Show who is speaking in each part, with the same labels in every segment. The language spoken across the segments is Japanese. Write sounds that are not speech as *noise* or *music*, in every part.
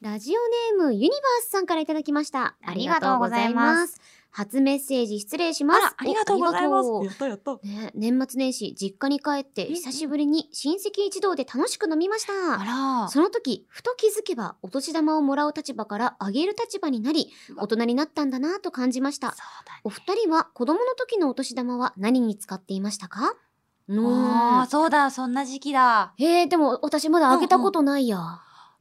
Speaker 1: ラジオネームユニバースさんからいただきました。あ
Speaker 2: あ
Speaker 1: り
Speaker 2: り
Speaker 1: が
Speaker 2: が
Speaker 1: と
Speaker 2: と
Speaker 1: う
Speaker 2: う
Speaker 1: ご
Speaker 2: ご
Speaker 1: ざ
Speaker 2: ざ
Speaker 1: い
Speaker 2: い
Speaker 1: ま。
Speaker 2: ます
Speaker 1: 初メッセージ失礼します。
Speaker 2: ありがとうございます
Speaker 1: おあり
Speaker 2: や
Speaker 1: がと
Speaker 2: ったやった
Speaker 1: うね、年末年始、実家に帰って
Speaker 2: うん
Speaker 1: 久しぶりに親戚一同で楽しく飲みました。
Speaker 2: あ
Speaker 1: その時、ふと気づけば、お年玉をもらう立場からあげる立場になり、
Speaker 2: うわ
Speaker 1: 大人になったんだなぁと感じました
Speaker 2: そう。だね
Speaker 1: お二人は子供の時のお年玉は何に使っていましたか
Speaker 2: あ
Speaker 1: の
Speaker 2: ーそうだそんな時期だ
Speaker 1: えー、でも私まだあげたことないや。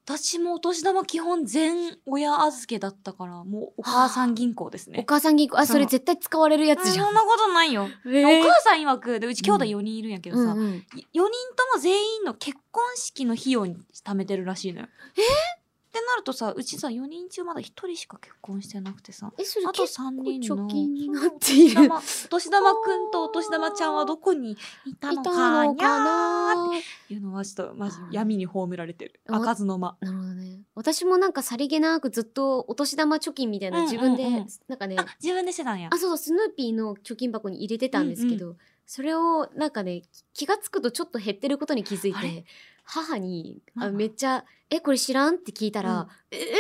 Speaker 2: 私もお年玉基本全親預けだったからもうお母さん銀行です
Speaker 1: お
Speaker 2: ね
Speaker 1: 母さん銀行、あ、
Speaker 2: そう
Speaker 1: それ絶対使われるや
Speaker 2: え
Speaker 1: つじゃん。
Speaker 2: そんなことないよ、
Speaker 1: え
Speaker 2: お母さん曰くでうち兄弟4人いるんやけどさ、
Speaker 1: うんうん
Speaker 2: 4人とも全員の結婚式の費用に貯めてるらしいのよってなるとさうちさ4人中まだ1人しか結婚してなくてさ
Speaker 1: え、それ
Speaker 2: あと
Speaker 1: 結
Speaker 2: 3人
Speaker 1: 構
Speaker 2: の
Speaker 1: 貯金になっ
Speaker 2: お
Speaker 1: ている。
Speaker 2: 年玉お年玉くんとお年玉ちゃんはどこにいた
Speaker 1: い
Speaker 2: の
Speaker 1: た
Speaker 2: か
Speaker 1: の
Speaker 2: にゃ
Speaker 1: か
Speaker 2: ーっ
Speaker 1: な
Speaker 2: ていうのはちょっとマジ闇に葬られてる
Speaker 1: うん
Speaker 2: 開かずの間
Speaker 1: なるほどね。私もなんかさりげなくずっとお年玉貯金みたいな
Speaker 2: うん
Speaker 1: 自分で、
Speaker 2: うんうん
Speaker 1: なんかね、
Speaker 2: あ自分でしてたんや
Speaker 1: あ、そうそう、スヌーピーの貯金箱に入れてたんですけど、それをなんかね、き気がつくとちょっと減ってることに気づい
Speaker 2: あ
Speaker 1: て
Speaker 2: れ、
Speaker 1: 母に
Speaker 2: マ
Speaker 1: あ
Speaker 2: マ
Speaker 1: めっちゃ、え、これ知らんって聞いた
Speaker 2: う
Speaker 1: ら
Speaker 2: ん、
Speaker 1: え、え、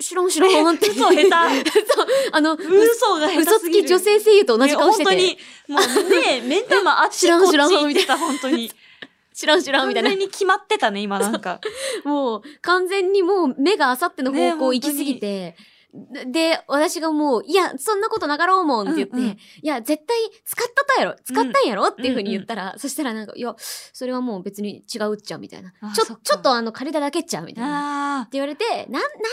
Speaker 1: 知らん知らんって。
Speaker 2: え嘘下手
Speaker 1: *laughs* そう、あの、
Speaker 2: 嘘が下
Speaker 1: 嘘つ
Speaker 2: 手すぎ
Speaker 1: き
Speaker 2: る
Speaker 1: 女性声優と同じ顔してて、
Speaker 2: いや本当にもう
Speaker 1: *laughs*
Speaker 2: ね目ん玉あっ
Speaker 1: 知
Speaker 2: ち
Speaker 1: ら
Speaker 2: こ
Speaker 1: ん
Speaker 2: っち
Speaker 1: 知らん
Speaker 2: 行ってた本当に
Speaker 1: 知らん知らん
Speaker 2: 完
Speaker 1: みたいな
Speaker 2: 全。に決まってたね今なんか
Speaker 1: もう完全にもう目があさっての方
Speaker 2: ね
Speaker 1: 向行き過ぎて、で、私がもう、いや、そんなことなかろうもんって言って、
Speaker 2: うんうん
Speaker 1: いや、絶対使ったたやろ使ったんやろ、っていうふうに言ったら、そしたらなんか、いや、それはもう別に違うっちゃ、みたいな
Speaker 2: あ。
Speaker 1: ちょ、
Speaker 2: そっか
Speaker 1: ちょっとあの、借りただけっちゃ、みたいな。って言
Speaker 2: ああ
Speaker 1: われて、なん、なん、なん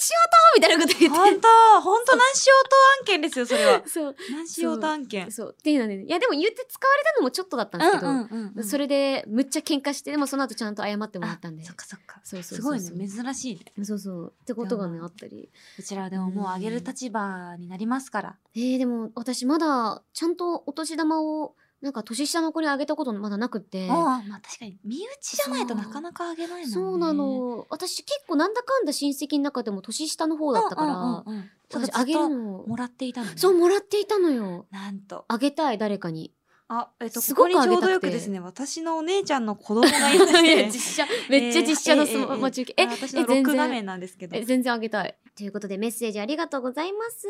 Speaker 1: しようとみたいなこと言っ
Speaker 2: 本当本当何しようと案件ですよそれは
Speaker 1: て。そう、
Speaker 2: 何しようと案件
Speaker 1: そう。っていうので、いや、でも言って使われたのもちょっとだったんですけど、そ
Speaker 2: れ
Speaker 1: れで、むっちゃ喧嘩して、でもその後ちゃんと謝ってもらったんで。
Speaker 2: そっかそっか
Speaker 1: そうそう
Speaker 2: す
Speaker 1: そう
Speaker 2: ご
Speaker 1: そう
Speaker 2: いね珍しいね
Speaker 1: そうそう。ってことがね、
Speaker 2: で
Speaker 1: あ
Speaker 2: も
Speaker 1: ったり。
Speaker 2: うちらはでももうあげる立場になりますから
Speaker 1: えー、でも私まだちゃんとお年玉をなんか年下の子にあげたことまだなくて。
Speaker 2: ああまあ確かに身内じゃないとなかなかあげないもんね
Speaker 1: そうなの。私結構なんだかんだ親戚の中でも年下の方だったから、
Speaker 2: うんうんうんうんだから
Speaker 1: 私あげる
Speaker 2: ずっ
Speaker 1: の
Speaker 2: と、もらっていたのね
Speaker 1: そうもらっていたのよ。
Speaker 2: なんと
Speaker 1: あげたい誰か
Speaker 2: *laughs*
Speaker 1: に。
Speaker 2: あえっと
Speaker 1: す
Speaker 2: こ
Speaker 1: ご
Speaker 2: こ
Speaker 1: くあげ
Speaker 2: にちょ
Speaker 1: たくて
Speaker 2: うどよくですね私のお姉ちゃんの子供がいま *laughs*
Speaker 1: い
Speaker 2: し
Speaker 1: や実写
Speaker 2: て
Speaker 1: めっちゃ実写のスマホ中継。え
Speaker 2: えーえーえーえー私のロック画面なんですけど
Speaker 1: え全然あげたい。ということでメッセージありがとうございます。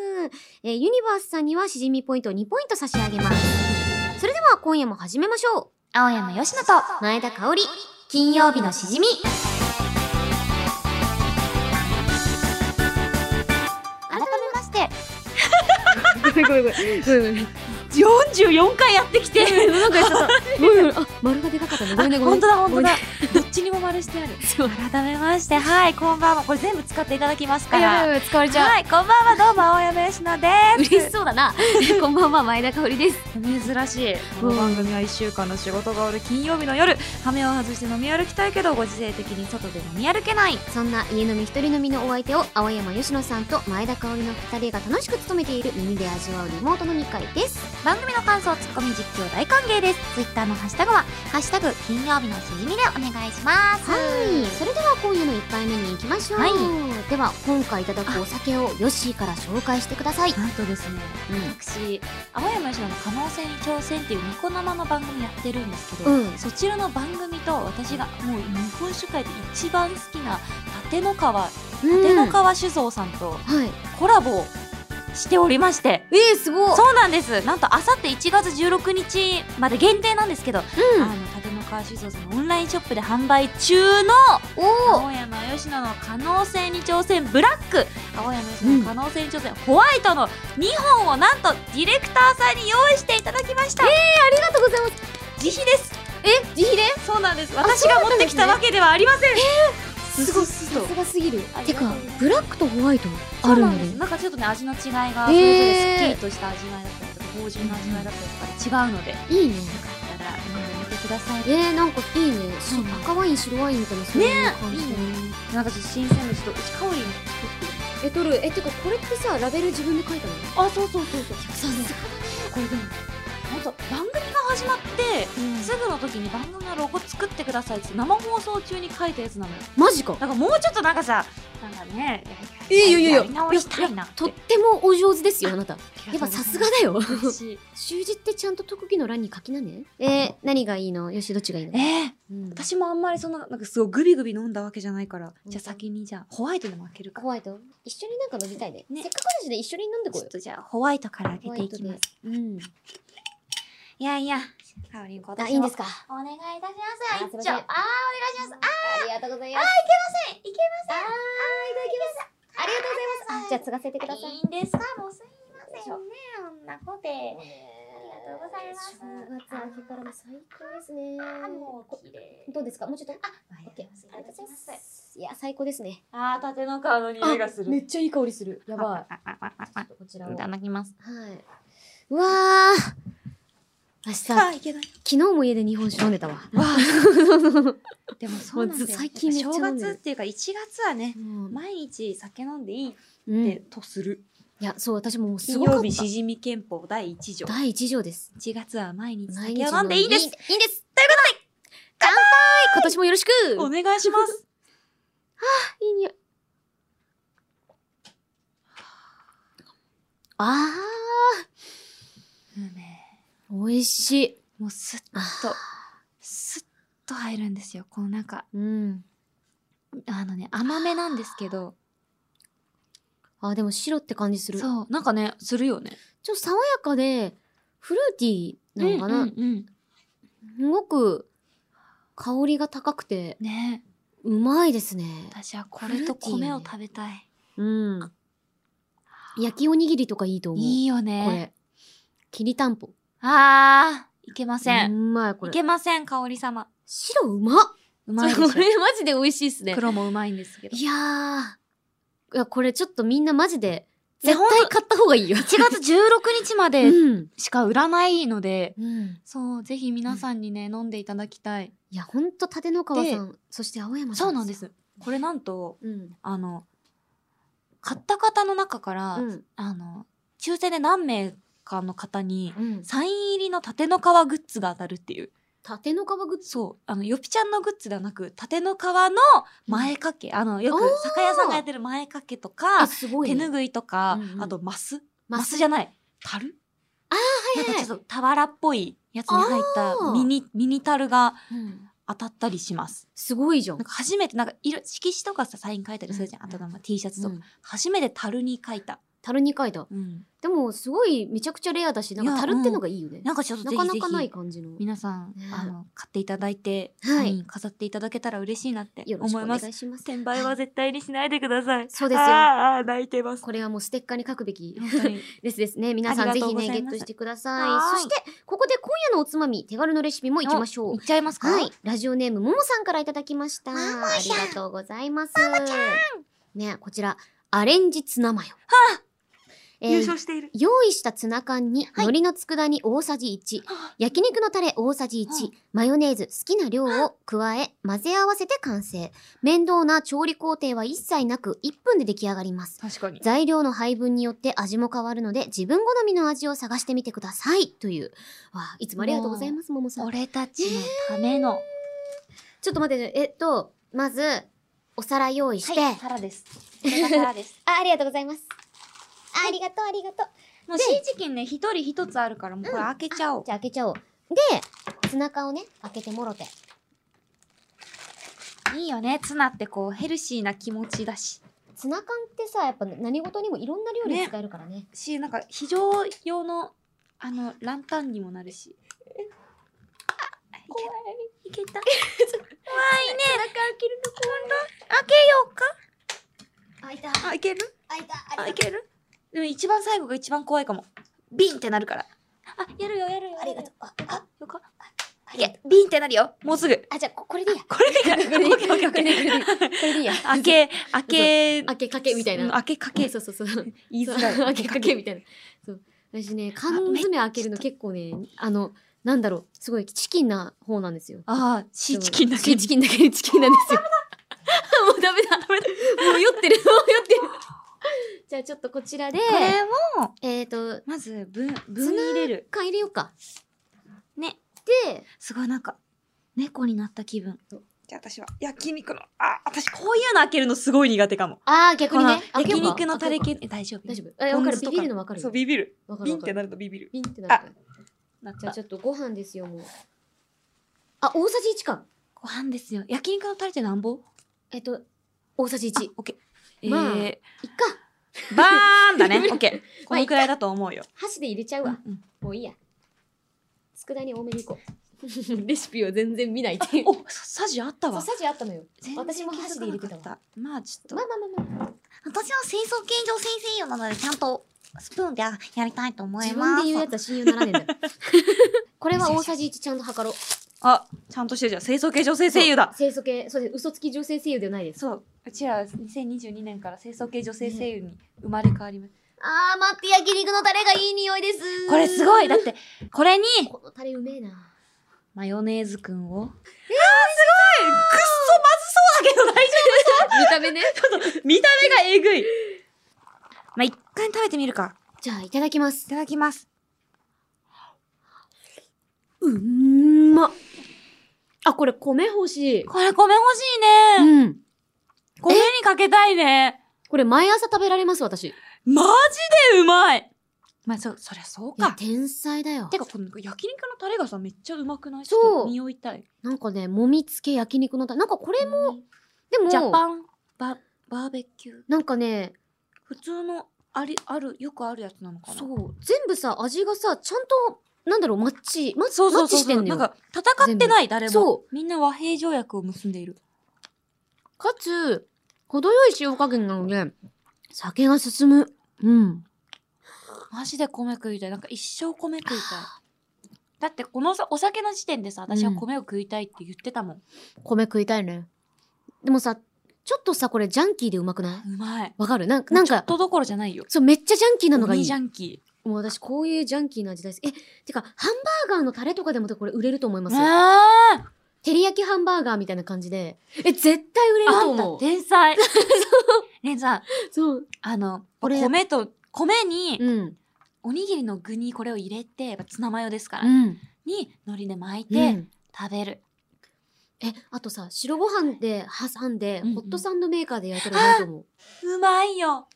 Speaker 1: えーユニバースさんにはしじみポイントを2ポイント差し上げます。それでは今夜も始めましょ
Speaker 2: 青山よしのと
Speaker 1: う。前田香織、金曜日のしじみ。
Speaker 2: 改めまして
Speaker 1: ご
Speaker 2: 44回やってきて
Speaker 1: めんなんかやっちゃった。ごめん、あ、丸がでかかったね。ごめんね、ごめん
Speaker 2: 本当だ本当だ
Speaker 1: ご
Speaker 2: *laughs* どっちにも丸してある
Speaker 1: そう
Speaker 2: 改めましてはいこんばんはこれ全部使っていただきますか
Speaker 1: めんやばいや
Speaker 2: ら
Speaker 1: ばい使われちゃう。
Speaker 2: はいこんばんはどうも青山よしので
Speaker 1: 嬉しそうだな。こんばんは、前田香織です。
Speaker 2: す珍しいこの番組は1週間の仕事が終わる金曜日の夜羽目を外して飲み歩きたいけどご時世的に外で飲み歩けない
Speaker 1: そんな家飲み一人飲みのお相手を、青山吉野さんと前田香織の二人が楽しく務めている耳で味わうリモート飲み会です。
Speaker 2: 番組の感想ツッコミ実況大歓迎ですツイッターのハッシュタグは「ハッシュタグ金曜日のしじみ」でお願いします
Speaker 1: はい。それでは今夜の一杯目に行きましょう。
Speaker 2: はい
Speaker 1: では、今回いただくお酒をヨッシーから紹介してください。
Speaker 2: なんとですね私青山吉野の可能性に挑戦っていうニコ生の番組やってるんですけど、
Speaker 1: うん
Speaker 2: そちらの番組と私がもう日本酒界で一番好きな立野川
Speaker 1: うん。
Speaker 2: 立
Speaker 1: うん
Speaker 2: 野川酒造さんと
Speaker 1: はい。
Speaker 2: コラボをしておりまして、
Speaker 1: えー、すごい。
Speaker 2: そうなんですなんとあさって1月16日まで限定なんですけど、
Speaker 1: うん
Speaker 2: あの立野川酒造さんのオンラインショップで販売中の
Speaker 1: おー
Speaker 2: 青山吉野の可能性に挑戦ブラック青山吉野の可能性に挑戦、ホワイトの2本をなんとディレクターさんに用意していただきました、
Speaker 1: ありがとうございます。
Speaker 2: 自費です
Speaker 1: え、自費で
Speaker 2: そうなんです
Speaker 1: あ
Speaker 2: 私
Speaker 1: そうだ
Speaker 2: が
Speaker 1: った
Speaker 2: 持
Speaker 1: ん
Speaker 2: っ
Speaker 1: で
Speaker 2: て
Speaker 1: す
Speaker 2: き
Speaker 1: ね
Speaker 2: たわけではありません
Speaker 1: すごいさすがすぎる
Speaker 2: あり
Speaker 1: て
Speaker 2: がとう
Speaker 1: か
Speaker 2: ございます
Speaker 1: ブラックとホワイト
Speaker 2: そ
Speaker 1: あ
Speaker 2: う
Speaker 1: る
Speaker 2: なんん
Speaker 1: だ
Speaker 2: で
Speaker 1: ね
Speaker 2: すなんかちょっとね味の違いが
Speaker 1: へー
Speaker 2: それぞれすっきりとした味わいだったりとか芳醇な味わいだったりとか違うのでよか
Speaker 1: いいね
Speaker 2: ったら飲んでみてください
Speaker 1: えー、なんかいいね、し
Speaker 2: うん
Speaker 1: 赤ワイン白ワインみたいなそういう感じだ
Speaker 2: ねなんかちょっと新鮮でちょっとうち香りも作って
Speaker 1: え取るえてかこれってさラベル自分で書いたの
Speaker 2: あそうそうそうそう
Speaker 1: さすがだね
Speaker 2: これでも本当番組が始まってすぐの時に番組のロゴ作ってくださいって生放送中に書いたやつなのよ
Speaker 1: マジか
Speaker 2: だからもうちょっとなんかさなんかね
Speaker 1: いやいやいやいや
Speaker 2: やり直したいなって
Speaker 1: とってもお上手ですよあなたやっぱさすがだよ
Speaker 2: 嬉しい
Speaker 1: 習字ってちゃんと特技の欄に書きなねえー、何がいいのよしどっちがいいの
Speaker 2: えー
Speaker 1: うん、
Speaker 2: 私もあんまりそんな、なんかすごいグビグビ飲んだわけじゃないから、
Speaker 1: うん
Speaker 2: じゃあ先にじゃあホワイトでも開けるか。
Speaker 1: ホワイト一緒になんか飲みたいね
Speaker 2: ね
Speaker 1: せっかくだしね一緒に飲んでこい
Speaker 2: ちょ
Speaker 1: よ
Speaker 2: っとじゃあホワイトから開け
Speaker 1: ホワ
Speaker 2: てい
Speaker 1: イト
Speaker 2: き
Speaker 1: で
Speaker 2: ます。
Speaker 1: うん
Speaker 2: いやいや、カオリン今
Speaker 1: あ
Speaker 2: 年
Speaker 1: いいんです
Speaker 2: か
Speaker 1: か
Speaker 2: お願いいたし
Speaker 1: あ
Speaker 2: ます。
Speaker 1: すいま
Speaker 2: 一
Speaker 1: せん
Speaker 2: 応あー、お願いします。
Speaker 1: ありがとうございます
Speaker 2: あー、いけません。あ
Speaker 1: ありがとうございますあじゃあ継がせてください
Speaker 2: いいんですかもうすいません
Speaker 1: よ
Speaker 2: ね、あんなことで。
Speaker 1: あ
Speaker 2: りがとうございます
Speaker 1: 正月明けからも最高ですね
Speaker 2: あ、もう綺麗。
Speaker 1: どうですかもうちょっとあ
Speaker 2: あ
Speaker 1: オッケーありがとうございますいや最高ですね
Speaker 2: あー、縦の川の匂いがする。
Speaker 1: めっちゃいい香りするやばい
Speaker 2: ああああ
Speaker 1: ちょ
Speaker 2: あ
Speaker 1: っとこちらを
Speaker 2: い
Speaker 1: は
Speaker 2: ただきます。
Speaker 1: いうわー私さ、
Speaker 2: いけない。
Speaker 1: 昨日も家で日本酒飲んでたわ。
Speaker 2: わあ *laughs* でもそうなん
Speaker 1: も
Speaker 2: だよ
Speaker 1: うず最近めっちゃ
Speaker 2: 正
Speaker 1: 飲んでる
Speaker 2: 月っていうか1月はね
Speaker 1: もう
Speaker 2: 毎日酒飲んでいいっ
Speaker 1: うん、
Speaker 2: て
Speaker 1: い
Speaker 2: とする、
Speaker 1: や、そう、私ももうす
Speaker 2: 金
Speaker 1: ごか
Speaker 2: 曜
Speaker 1: った
Speaker 2: 日。しじみ憲法第1条
Speaker 1: 第1条です。
Speaker 2: 1月は毎日
Speaker 1: 毎
Speaker 2: 酒
Speaker 1: 日
Speaker 2: を飲んでいいです
Speaker 1: いいんですということで乾杯今年もよろしく
Speaker 2: お願いします
Speaker 1: いい匂い。あ
Speaker 2: うんね
Speaker 1: ー、美味しい。
Speaker 2: もうスッ
Speaker 1: あ
Speaker 2: とスッと入るんですよこのなんか
Speaker 1: うん。
Speaker 2: あのね甘めなんですけど
Speaker 1: あ、でも白って感じする。ちょっ
Speaker 2: そうなんかねするよね
Speaker 1: と爽やかで、フルーティーなのかな、
Speaker 2: うんうんうん
Speaker 1: すごく、香りが高くて、
Speaker 2: ね
Speaker 1: うまいですね。
Speaker 2: 私はこれと米を食べたい
Speaker 1: うん。焼きおにぎりとかいいと思う。
Speaker 2: いいよ
Speaker 1: これ。
Speaker 2: ね
Speaker 1: きりたんぽ。
Speaker 2: あーいけませ
Speaker 1: うんまい、こ
Speaker 2: い
Speaker 1: れ。
Speaker 2: けません香り様
Speaker 1: 白うまっ
Speaker 2: うまいでしょ
Speaker 1: これマジで美味しいっすね。
Speaker 2: 黒もうまいんですけど。
Speaker 1: いやー。いや、これちょっとみんなマジで、
Speaker 2: いや
Speaker 1: 絶対買った方がいいよ。
Speaker 2: 1月16日ま
Speaker 1: *laughs*
Speaker 2: で
Speaker 1: うん。
Speaker 2: しか売らないので、
Speaker 1: うん。
Speaker 2: そう、ぜひ皆さんにね、飲んでいただきたい。
Speaker 1: いや、ほんと、立野川さん、そして青山さん。
Speaker 2: そうなんで。す。これなんと、
Speaker 1: うん。
Speaker 2: あの、買った方の中から、
Speaker 1: うん。
Speaker 2: あの、抽選で何名かの方に、
Speaker 1: うん。
Speaker 2: サイン入りの縦の皮グッズが当たるっていう。
Speaker 1: 立野川グッズ。
Speaker 2: そう。あの、よぴちゃんのグッズではなく、縦の皮の前掛け。あの、よく
Speaker 1: おー、
Speaker 2: 酒屋さんがやってる前掛けと
Speaker 1: あ、
Speaker 2: か、
Speaker 1: すごい、
Speaker 2: 手
Speaker 1: ね。
Speaker 2: ぬぐいとか、
Speaker 1: うんうん
Speaker 2: あと、マス。マ
Speaker 1: マ
Speaker 2: ス
Speaker 1: ス
Speaker 2: じゃない。樽あ
Speaker 1: はいはい
Speaker 2: なんかちょっと俵っぽいやつに入ったミニ、ミニ樽が
Speaker 1: うん
Speaker 2: 当たったりします。
Speaker 1: すごいじゃん。
Speaker 2: なんか初めて、なんか色、色紙とかさ、サイン書いたりするじゃん。
Speaker 1: うん
Speaker 2: あとなんか T シャツとか。
Speaker 1: うん
Speaker 2: 初めて樽に書いた。
Speaker 1: 樽に書いた。
Speaker 2: うん。
Speaker 1: でも、すごい、めちゃくちゃレアだし、なん
Speaker 2: い
Speaker 1: か
Speaker 2: や
Speaker 1: 樽ってのがいいよね。
Speaker 2: なんかちょっと
Speaker 1: な
Speaker 2: ぜ
Speaker 1: か
Speaker 2: ひ
Speaker 1: な
Speaker 2: ぜ
Speaker 1: かない
Speaker 2: ひ、
Speaker 1: 感じの。
Speaker 2: 皆さん
Speaker 1: ね、
Speaker 2: あの、買っていただいて、
Speaker 1: はい
Speaker 2: サイン飾っていただけたら嬉しいなって
Speaker 1: よろしく
Speaker 2: 思
Speaker 1: お願
Speaker 2: いま
Speaker 1: い
Speaker 2: す。
Speaker 1: します。
Speaker 2: 転売は絶対にしないでください。
Speaker 1: そうですよ
Speaker 2: あーあー、泣いてます。
Speaker 1: これはもうステッカーに書くべき
Speaker 2: 本当に。
Speaker 1: ですですね。皆さん
Speaker 2: あ
Speaker 1: ぜ
Speaker 2: りが
Speaker 1: ひ
Speaker 2: とうござ
Speaker 1: ね、
Speaker 2: います
Speaker 1: ゲットしてくだ
Speaker 2: は
Speaker 1: さ
Speaker 2: ー
Speaker 1: い。そ
Speaker 2: い
Speaker 1: して、ここで今夜のおつまみ、手軽のレシピもいきましょう
Speaker 2: いっ。ちゃいますか
Speaker 1: はい。。ラジオネーム、ももさんからいただきました。あ
Speaker 2: もも
Speaker 1: り
Speaker 2: ちゃん
Speaker 1: がとうございます。ももちゃんね、こちら、アレンジツナマヨ。はえー
Speaker 2: 優勝している。
Speaker 1: 用意したツナ缶に、
Speaker 2: は
Speaker 1: 海
Speaker 2: い
Speaker 1: 苔の佃煮大さじ1、
Speaker 2: あ
Speaker 1: 焼肉のタレ大さじ1、
Speaker 2: はい
Speaker 1: マヨネーズ好きな量を加え、混ぜ合わせて完成。面倒な調理工程は一切なく、1分で出来上がります。
Speaker 2: 確かに。
Speaker 1: 材料の配分によって味も変わるので、自分好みの味を探してみてください。という。わあ、いつもありがとうございます、ももさん。
Speaker 2: 俺たちのための。
Speaker 1: ちょっと待って、えっと、まず、お皿用意して、
Speaker 2: はい、皿です。これが皿 *laughs* です。
Speaker 1: あ、ありがとうございます。あありがとう、ありがとう。
Speaker 2: もうシーチキンね、一人一つあるから、もうこれ開けちゃおう。
Speaker 1: じゃあ開けちゃおう。で、ツナ缶をね、開けてもろて。
Speaker 2: いいよね、ツナってこう、ヘルシーな気持ちだし。
Speaker 1: ツナ缶ってさ、やっぱ何事にもいろんな料理に使えるからね。
Speaker 2: し、なんか、非常用の、あの、ランタンにもなるし。あ、いけた。いけ *laughs* た。怖いね。中開けるの怖い。開けようか。
Speaker 1: 開いた、
Speaker 2: あ、いける
Speaker 1: 開いた、
Speaker 2: あ、
Speaker 1: あり
Speaker 2: い
Speaker 1: がと
Speaker 2: けるでも一番最後が一番怖いかも。ビンってなるから。あ、やるよ、やるよ。
Speaker 1: う。ありがとう。あ、あ、
Speaker 2: う。よか。
Speaker 1: あ
Speaker 2: いけ、ビンってなるよ。もうすぐ。
Speaker 1: あ、じゃあ、 *laughs* ここれでいいや。
Speaker 2: これでいいかな。
Speaker 1: これでいい
Speaker 2: オッケーオッケ
Speaker 1: これでいいこれでいいや。
Speaker 2: ーオッケー開け、開け、
Speaker 1: 開けか *laughs* けみたい
Speaker 2: うん
Speaker 1: な。
Speaker 2: 開けかけ。
Speaker 1: そうそうそうそう。
Speaker 2: 言いづらい。
Speaker 1: 開けかけみたいな。そう。私ね、缶詰開けるの結構ね、あの、なんだろう、すごいチキンな方なんですよ。
Speaker 2: ああ、シーチキンだ
Speaker 1: シ
Speaker 2: け
Speaker 1: ーチキンだけチキンなん
Speaker 2: *laughs*
Speaker 1: ですよ。もうダメだ。もう酔ってる。もう酔ってる。じゃあちょっとこちらで、
Speaker 2: これを、
Speaker 1: えっ、と、
Speaker 2: まず、ぶん、ぶん入れる。
Speaker 1: 缶入れようか。
Speaker 2: ね。
Speaker 1: で、
Speaker 2: すごいなんか、猫になった気分
Speaker 1: そう。
Speaker 2: じゃあ私は、焼肉の、あ、私こういうの開けるのすごい苦手かも。
Speaker 1: ああ、逆にね。
Speaker 2: この
Speaker 1: 開けよ
Speaker 2: 焼
Speaker 1: うか
Speaker 2: 肉のタレ
Speaker 1: 開けよ
Speaker 2: 系、え大丈夫
Speaker 1: うか大丈夫。え、わか
Speaker 2: ポン
Speaker 1: る。
Speaker 2: 酢と
Speaker 1: ビビるのわかる
Speaker 2: そ
Speaker 1: よ
Speaker 2: う、。ビビる。
Speaker 1: わかる
Speaker 2: ビ
Speaker 1: わ
Speaker 2: ンっ
Speaker 1: か
Speaker 2: て
Speaker 1: る。
Speaker 2: なるとビビる。
Speaker 1: ビンってなるから。
Speaker 2: なっ
Speaker 1: じゃあちょっとご飯ですよ、もう。あ、大さじ1缶。
Speaker 2: ご飯ですよ。焼肉のタレってなんぼ
Speaker 1: えっと、大さじ1。いっ
Speaker 2: オッケー。
Speaker 1: まあ
Speaker 2: え
Speaker 1: か。
Speaker 2: ー、バーンだね。オ
Speaker 1: *laughs*
Speaker 2: ッケー。このくらいだと思うよ。
Speaker 1: 箸で入れちゃう
Speaker 2: う
Speaker 1: わ。
Speaker 2: んうん
Speaker 1: もういいや。佃煮多めにいこう。 *laughs* レシピを全然見ないって *laughs* いう。
Speaker 2: お、さサジあった
Speaker 1: そう
Speaker 2: わ。
Speaker 1: さじあったのよ。
Speaker 2: 全然
Speaker 1: 私も箸で入れてたわ
Speaker 2: 気づかなかった。まあちょっと
Speaker 1: まあ。まあまあまあ。
Speaker 3: 私は清掃系女性声優なのでちゃんとスプーンでやりたいと思い
Speaker 1: 自
Speaker 3: ま
Speaker 1: 分
Speaker 3: す。
Speaker 1: で言うやつは信用ならねえんだよ。これは大さじ1ちゃんと測ろう。
Speaker 2: あ、ちゃんとしてるじゃん。清楚系女性声優だ。
Speaker 1: 清楚系、そうです。嘘つき女性声優ではないです。
Speaker 2: そう。うちらは2022年から清楚系女性声優に生まれ変わります。
Speaker 1: あー、待って、焼肉のタレがいい匂いです。
Speaker 2: *laughs* これすごいだって、これに、
Speaker 1: このタレうめえな。
Speaker 2: マヨネーズくんを。
Speaker 1: 見た目ね。
Speaker 2: 見た目がえぐい。まあ、一回食べてみるか。
Speaker 1: じゃあ、いただきます
Speaker 2: い。ただきます。
Speaker 1: うんま。あ、これ米欲しい。
Speaker 2: これ米欲し
Speaker 1: う
Speaker 2: いね。
Speaker 1: ん。
Speaker 2: 米にかけたいね。
Speaker 1: これ毎朝食べられます、私。い
Speaker 2: マジでうまい。まあ、そ、そりゃそう
Speaker 1: や、
Speaker 2: か。
Speaker 1: 天才だよ
Speaker 2: て。か、この焼肉のタレがさ、めっちゃうまくない
Speaker 1: そう
Speaker 2: ちょっと匂いたい。
Speaker 1: なんかね、もみつけ焼肉のタレ。なんかこれも、
Speaker 2: も、
Speaker 1: でも、
Speaker 2: ジャパン、バ、バーベキュー。
Speaker 1: なんかね、
Speaker 2: 普通の、あり、ある、よくあるやつなのかな。
Speaker 1: そう、全部さ、味がさ、ちゃんと、なんだろう、マッチ、マッチ
Speaker 2: そうそう
Speaker 1: マッチ
Speaker 2: そう
Speaker 1: して
Speaker 2: そ
Speaker 1: ん
Speaker 2: う。
Speaker 1: の
Speaker 2: な
Speaker 1: よ。
Speaker 2: ん
Speaker 1: か
Speaker 2: か、戦ってない、誰も。
Speaker 1: そ
Speaker 2: みんな和平条約を結んでいる。
Speaker 1: つ、程よい塩加減なので、酒が進む。うん。
Speaker 2: マジで米食いたい。なんか一生米食いたい。だってこのさお酒の時点でさ、私は米を食いたいって言ってたもん。
Speaker 1: 米食いたいね。でもさ、ちょっとさ、これジャンキーでうまくないう
Speaker 2: まい。
Speaker 1: わかるなんか、なん
Speaker 2: ちょっ
Speaker 1: か、
Speaker 2: とどころじゃないよ。
Speaker 1: そう、めっちゃジャンキーなのがい
Speaker 2: 鬼
Speaker 1: い
Speaker 2: ジ。ャンキ
Speaker 1: もう私、こういうジャンキーな味大好き。え、てか、ハンバーガーのタレとかでもこれ売れると思いま
Speaker 2: ー。
Speaker 1: す。
Speaker 2: あー
Speaker 1: 照り焼きハンバーガーみたいな感じで。え、絶対売れると
Speaker 2: あん
Speaker 1: 思
Speaker 2: た
Speaker 1: う。
Speaker 2: 天才。ねえさん、
Speaker 1: そう。
Speaker 2: あの、
Speaker 1: 俺
Speaker 2: 米と、米に、
Speaker 1: うん。
Speaker 2: おにぎりの具にこれを入れて、やっぱツナマヨですから、
Speaker 1: うん。
Speaker 2: に海苔で巻いて、
Speaker 1: で、
Speaker 2: 食べる。
Speaker 1: え、あとさ、白ご飯で挟んで、
Speaker 2: うんうん
Speaker 1: ホットサンドメーカーで焼いたらうまいと思う。
Speaker 2: うまいよ。